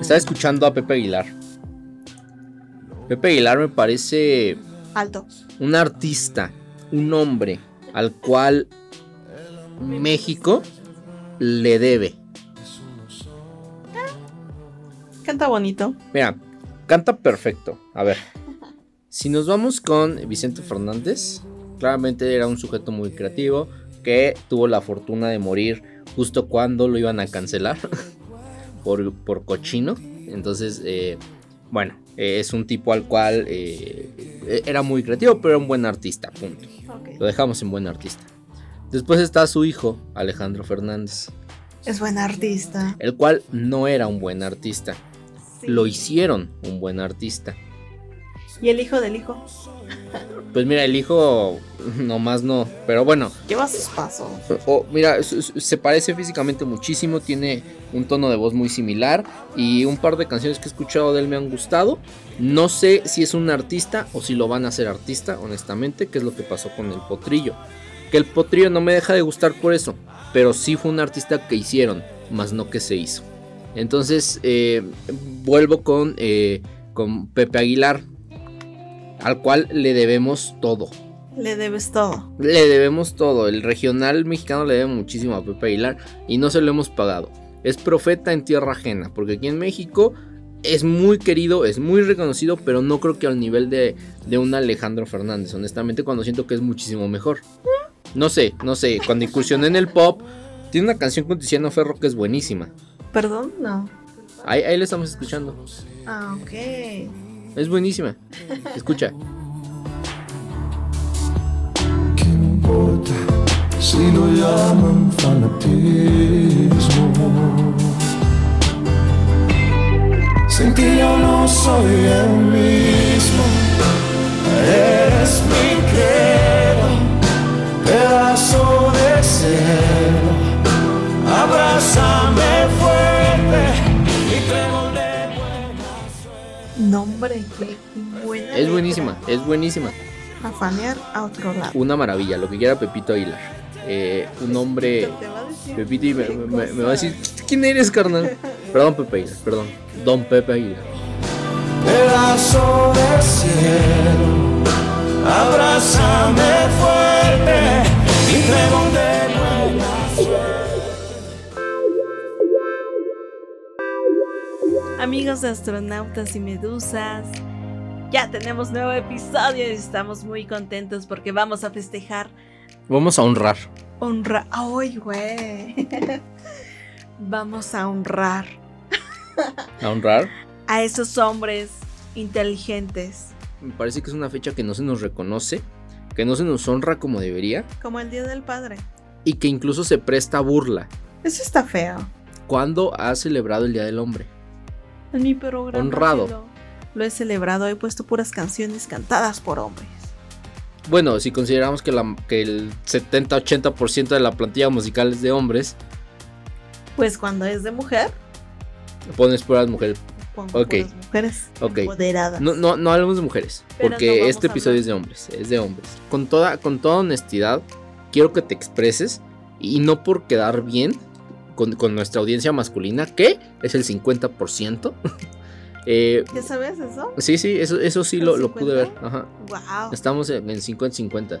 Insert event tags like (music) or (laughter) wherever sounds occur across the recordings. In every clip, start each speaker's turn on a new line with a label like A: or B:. A: Estaba escuchando a Pepe Aguilar. Pepe Aguilar me parece
B: Alto.
A: un artista, un hombre al cual México le debe.
B: Canta bonito.
A: Mira, canta perfecto. A ver, si nos vamos con Vicente Fernández, claramente era un sujeto muy creativo que tuvo la fortuna de morir justo cuando lo iban a cancelar (laughs) por, por cochino. Entonces, eh, bueno, eh, es un tipo al cual eh, eh, era muy creativo, pero era un buen artista, punto. Lo dejamos en buen artista. Después está su hijo, Alejandro Fernández,
B: Es buen artista.
A: el cual no era un buen artista. Lo hicieron un buen artista.
B: Y el hijo del hijo.
A: Pues mira, el hijo (laughs) nomás no. Pero bueno,
B: Lleva sus pasos.
A: o- mira, s- s- se parece físicamente muchísimo, tiene un tono de voz muy similar y un par de canciones que he escuchado de él me han gustado. No sé si es un artista o si lo van a hacer artista, honestamente, que es lo que pasó con el potrillo. Que el potrillo no me deja de gustar por eso, pero sí fue un artista que hicieron, más no que se hizo. Entonces, eh, vuelvo con, eh, con Pepe Aguilar, al cual le debemos todo.
B: Le debes todo.
A: Le debemos todo. El regional mexicano le debe muchísimo a Pepe Aguilar y no se lo hemos pagado. Es profeta en tierra ajena, porque aquí en México es muy querido, es muy reconocido, pero no creo que al nivel de, de un Alejandro Fernández, honestamente, cuando siento que es muchísimo mejor. No sé, no sé, cuando incursioné en el pop, tiene una canción con Tiziano Ferro que es buenísima.
B: ¿Perdón? No.
A: Ahí, ahí la estamos escuchando.
B: Ah, ok.
A: Es buenísima. Escucha.
C: ¿Qué importa si lo llaman fanatismo? Sin ti yo no soy el mismo. Eres mi credo, pedazo de cielo. Abrázame fuerte y creo de
B: No, hombre, qué buena.
A: Es buenísima, es buenísima.
B: A fanear a otro lado.
A: Una maravilla, lo que quiera Pepito Aguilar. Eh, un hombre...
B: Te va a decir
A: Pepito y me,
B: qué
A: me- me- me va a
B: cosas.
A: decir, ¿quién eres, carnal? Perdón, Pepe Aguilar, perdón. Don Pepe Aguilar.
C: pedazo de cielo. Abrázame fuerte y creo de
B: Amigos de astronautas y medusas, ya tenemos nuevo episodio y estamos muy contentos porque vamos a festejar
A: Vamos a honrar.
B: honrar. ¡Ay, güey! (laughs) vamos a honrar
A: ¿A honrar?
B: a esos hombres inteligentes,
A: Me parece que es una fecha que no se nos reconoce, que no se nos honra como debería
B: como el Día del Padre.
A: y que incluso se presta a burla.
B: Eso está feo.
A: ¿Cuándo has celebrado el Día del Hombre?
B: En mi programa.
A: Honrado.
B: sí Lo, lo he celebrado, he puesto puras canciones cantadas por hombres.
A: Bueno, si consideramos que, la- que el 70-80% de la plantilla musical es de hombres,
B: Pues cuando es de mujer,
A: pones puras mujeres.
B: pongo
A: Ok.
B: puras mujeres
A: Ok.
B: empoderadas.
A: No, no, no hablemos de mujeres,
B: Pero no
A: porque
B: vamos
A: este
B: a
A: episodio
B: hablar.
A: es de hombres, es de hombres. Con toda, con toda honestidad, quiero que te expreses y no por quedar bien con, con nuestra audiencia masculina, que es el 50%. (laughs) Eh,
B: ¿Ya sabes eso?
A: sí, sí, eso, eso sí
B: ¿El Ah.
A: lo, lo pude ver.
B: 50?
A: Ajá.
B: ¡Wow!
A: Estamos en 50-50.
B: Eso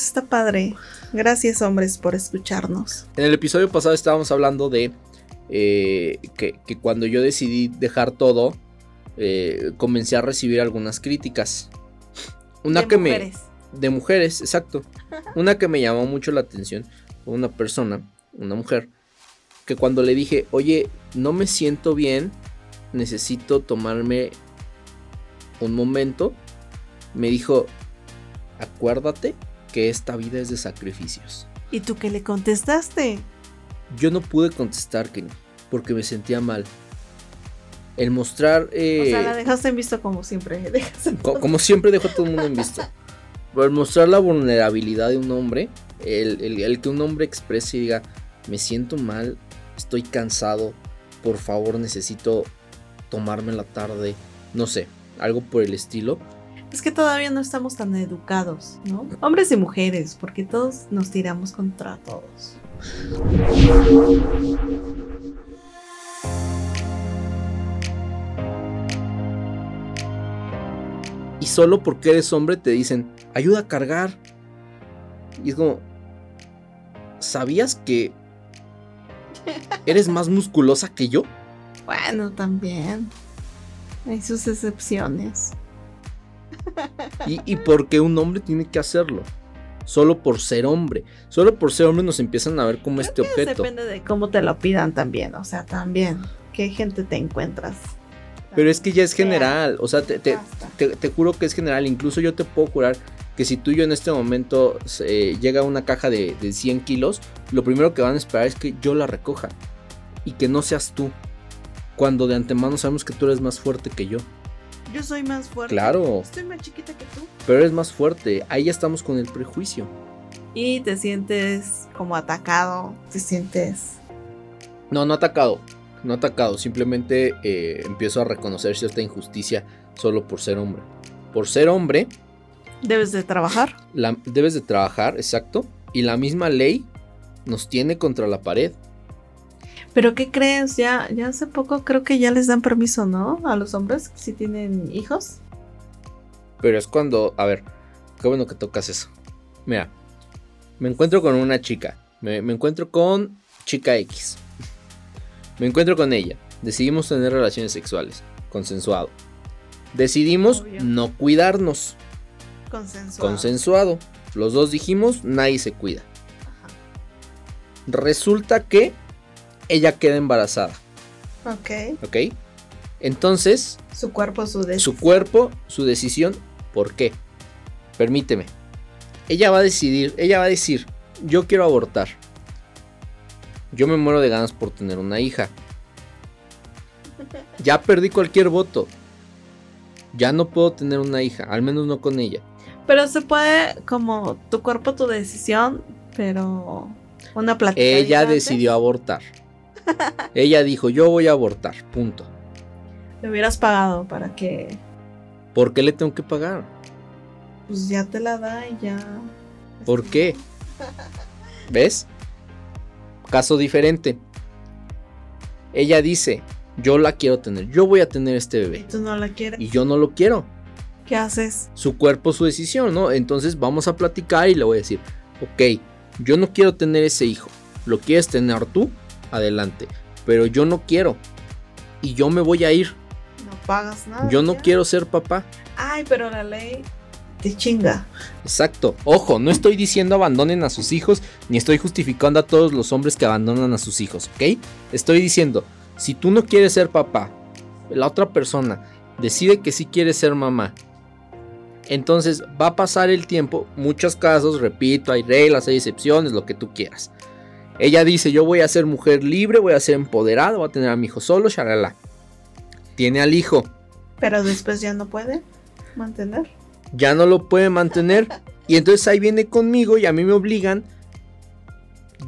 B: está padre. Gracias, hombres, por escucharnos.
A: En el episodio pasado estábamos hablando de eh, que, que cuando yo decidí dejar todo, eh, comencé a recibir algunas críticas. Una
B: De
A: que me...
B: mujeres.
A: de mujeres, exacto. Una que me llamó mucho la atención fue una persona, una mujer, que cuando le dije, oye, no me siento bien, necesito tomarme un momento, me dijo, acuérdate que esta vida es de sacrificios.
B: ¿Y tú qué le contestaste?
A: Yo no pude contestar, Kenny, porque me sentía mal. El mostrar...
B: O sea,
A: eh,
B: la dejaste en visto como siempre. (laughs) dejas en-
A: Co- como siempre dejo a todo el mundo en visto. Por mostrar la vulnerabilidad de un hombre, el, el- el que un hombre exprese y diga, me siento mal, estoy cansado, por favor necesito tomarme la tarde, no sé, algo por el estilo.
B: Es que todavía no estamos tan educados, ¿no? Hombres y mujeres, porque todos nos tiramos contra todos.
A: Y solo porque eres hombre te dicen, ayuda a cargar. Y es como, ¿sabías que eres más musculosa que yo?
B: Bueno, también. Hay sus excepciones.
A: Y, y porque un hombre tiene que hacerlo. Solo por ser hombre. Solo por ser hombre nos empiezan a ver como este
B: Pues
A: objeto.
B: Depende de cómo te lo pidan también. O sea, también. ¿Qué gente te encuentras?
A: Pero es que ya es
B: Sea,
A: general. O sea, te, te-
B: basta.
A: te- te juro que es general. Incluso yo te puedo jurar que si tú y yo en este momento eh, llega una caja de, de 100 kilos, lo primero que van a esperar es que yo la recoja. Y que no seas tú. Cuando de antemano sabemos que tú eres más fuerte que yo.
B: Yo soy más fuerte.
A: Claro,
B: Estoy más chiquita que tú.
A: pero eres más fuerte. Ahí ya estamos con el prejuicio.
B: Y te sientes como atacado. Te sientes.
A: No, no atacado. No atacado. Simplemente eh, empiezo a reconocer cierta injusticia solo por ser hombre. Por ser hombre,
B: Debes de trabajar.
A: la- debes de trabajar, exacto. Y la misma ley nos tiene contra la pared.
B: Pero ¿qué crees? Ya, ya hace poco creo que ya les dan permiso, ¿no? A los hombres si tienen hijos.
A: Pero es cuando, a ver, qué bueno que tocas eso. Mira, me encuentro con una chica. Me, me encuentro con chica X. Me encuentro con ella. Decidimos tener relaciones sexuales. Consensuado. Decidimos
B: Obvio.
A: no cuidarnos.
B: Consensuado.
A: Consensuado. Los dos dijimos, nadie se cuida.
B: Ajá.
A: Resulta que ella queda embarazada,
B: Ok.
A: ¿ok? Entonces,
B: Su cuerpo, su deseo.
A: su cuerpo, su decisión, ¿por qué? Permíteme. Ella va a decidir, ella va a decir, yo quiero abortar. Yo me muero de ganas por tener una hija. Ya perdí cualquier voto. Ya no puedo tener una hija, al menos no con ella.
B: Pero se puede, como tu cuerpo, tu decisión, pero una plática.
A: Ella decidió abortar. Ella dijo, yo voy a abortar, punto.
B: Le hubieras pagado para que
A: ¿Por qué le tengo que pagar?
B: pues ya te la da y ya.
A: ¿Por qué? ¿Ves? Caso diferente. Ella dice, yo la quiero tener, yo voy a tener este
B: Y
A: bebé.
B: tú no la quieres.
A: Y yo no lo quiero.
B: ¿Qué haces?
A: Su cuerpo, su decisión, ¿no? Entonces vamos a platicar y le voy a decir, ok, yo no quiero tener ese hijo. ¿Lo quieres tener tú? Adelante. Pero yo no quiero. Y yo me voy a ir.
B: No pagas nada.
A: Yo no
B: Ah, ya.
A: quiero ser papá.
B: Ay, pero la ley te chinga.
A: Exacto. Ojo, no estoy diciendo abandonen a sus hijos, ni estoy justificando a todos los hombres que abandonan a sus hijos, ¿ok? Estoy diciendo, si tú no quieres ser papá, la otra persona decide que sí quiere ser mamá, entonces va a pasar el tiempo, muchos casos, repito, hay reglas, hay excepciones, lo que tú quieras. Ella dice, yo voy a ser mujer libre, voy a ser empoderada, voy a tener a mi hijo solo, shalala. Tiene al hijo,
B: Pero después ya no puede mantener.
A: ya no lo puede mantener. Y entonces ahí viene conmigo y a mí me obligan.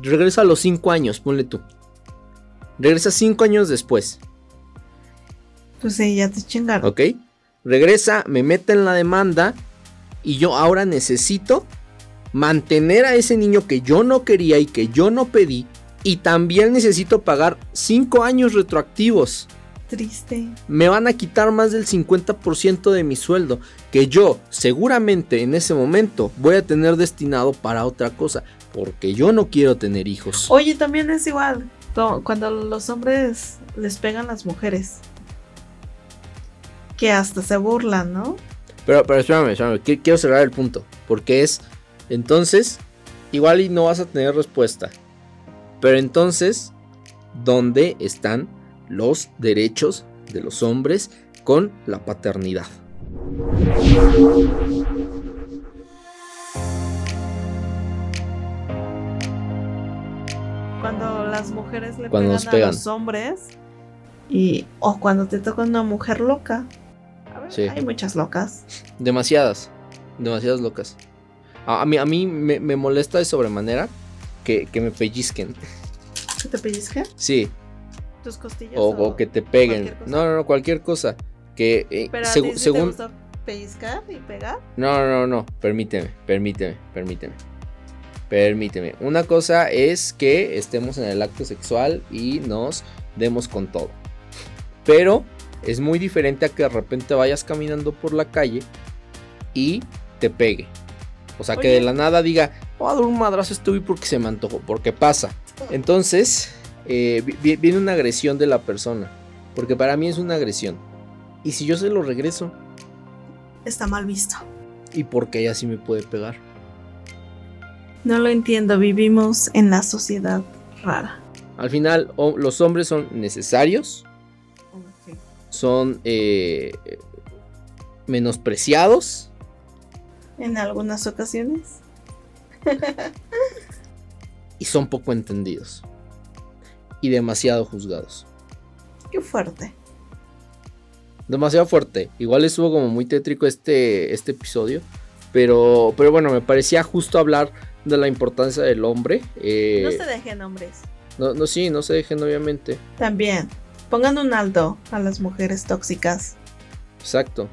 A: Regresa a los 5 años, ponle tú. Regresa 5 años después,
B: Pues sí, ya te chingaron.
A: ¿ok? Regresa, me mete en la demanda y yo ahora necesito mantener a ese niño que yo no quería y que yo no pedí. Y también necesito pagar 5 años retroactivos.
B: Triste.
A: me van a quitar más del 50% de mi sueldo, que yo seguramente en ese momento voy a tener destinado para otra cosa, porque yo no quiero tener hijos.
B: Oye, también es igual. co- Cuando los hombres les pegan las mujeres. Que hasta se burlan, ¿no?
A: Pero, pero espérame, espérame, qui- quiero cerrar el punto, porque es, entonces, igual y no vas a tener respuesta, pero entonces, ¿dónde están los derechos de los hombres con la paternidad?
B: Cuando las mujeres le
A: Cuando
B: pegan,
A: nos pegan.
B: a los hombres. Y, o cuando te toca una mujer loca. A ver,
A: Sí.
B: Hay muchas locas.
A: Demasiadas. Demasiadas locas. A, a mí, a mí me, me molesta de sobremanera que, que me pellizquen.
B: ¿Que te pellizquen
A: Sí.
B: tus costillas?
A: O, o que te peguen.
B: cualquier cosa.
A: No, no, no, cualquier cosa. Que eh,
B: Pero a
A: segu-
B: ti sí te
A: según...
B: gusta pellizcar y pegar.
A: No, no, no. Permíteme, permíteme, permíteme. Permíteme. Una cosa es que estemos en el acto sexual y nos demos con todo. Pero es muy diferente a que de repente vayas caminando por la calle y te pegue. O sea, que
B: Oye.
A: de la nada diga, voy a dar un madrazo a este güey porque se me antojó, porque pasa. Entonces, eh, vi- vi- viene una agresión de la persona, porque para mí es una agresión. Y si yo se lo regreso,
B: Está mal visto.
A: y porque ella sí me puede pegar.
B: No lo entiendo, vivimos en la sociedad rara.
A: Al final, o- los hombres son necesarios, son eh, menospreciados.
B: En algunas ocasiones.
A: y son poco entendidos y demasiado juzgados.
B: Qué fuerte.
A: Demasiado fuerte. Igual estuvo como muy tétrico este, este episodio. Pero, pero bueno, me parecía justo hablar de la importancia del hombre. eh,
B: No se dejen hombres.
A: no, no, sí, no se dejen, obviamente.
B: También, pongan un alto a las mujeres tóxicas.
A: Exacto.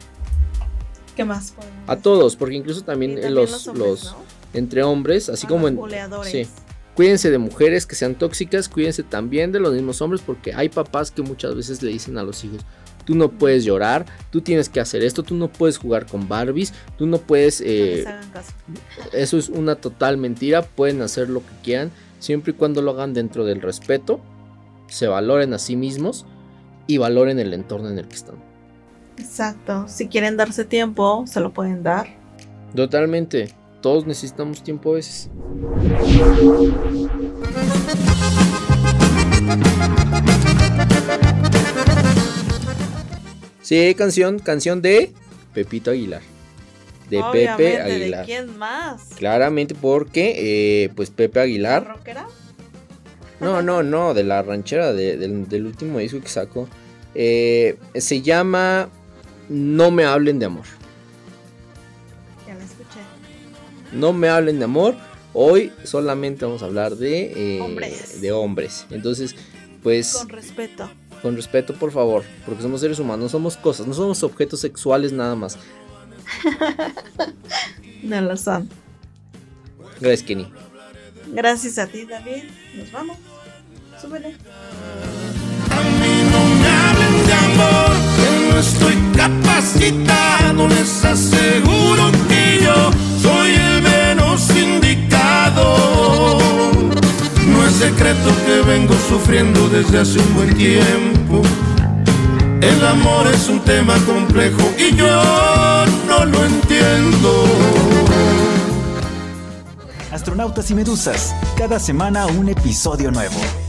B: ¿Qué más? podemos
A: A
B: decir?
A: todos, porque incluso
B: Y
A: también,
B: también
A: los,
B: hombres,
A: los-
B: ¿no?
A: entre hombres, así
B: A
A: como
B: los
A: en,
B: buleadores.
A: sí. Cuídense de mujeres que sean tóxicas, cuídense también de los mismos hombres, porque hay papás que muchas veces le dicen a los hijos, tú no puedes llorar, tú tienes que hacer esto, tú no puedes jugar con Barbies, tú no puedes...
B: No les
A: eh,
B: hagan caso.
A: eso es una total mentira, pueden hacer lo que quieran, siempre y cuando lo hagan dentro del respeto, se valoren a sí mismos y valoren el entorno en el que están.
B: Exacto. Si quieren darse tiempo, se lo pueden dar.
A: Totalmente, todos necesitamos tiempo a veces. Sí, canción, canción de Pepito Aguilar. De Pepe
B: Obviamente, ¿de
A: Aguilar.
B: quién más?
A: Claramente porque, eh, pues Pepe
B: ¿La
A: Aguilar.
B: rockera?
A: No, no, no, de la ranchera, de- del, del último disco que sacó. Eh, se llama No me hablen de amor.
B: Ya la escuché.
A: No me hablen de amor. Hoy solamente vamos a hablar de, eh,
B: Hombres.
A: de hombres. Entonces, pues
B: Con
A: con...
B: respeto.
A: respeto, por favor, porque somos seres humanos, no somos cosas, no somos objetos sexuales nada más.
B: No lo son.
A: Gracias, Kenny.
B: Gracias a ti, David. Nos vamos. Súbele.
C: A mí no me hablen de amor, que no estoy capacitado. Les aseguro que yo soy el menos indicado. No es secreto que vengo sufriendo desde hace un buen tiempo. El amor es un tema complejo y yo no lo entiendo.
D: Astronautas y Medusas, cada semana un episodio nuevo.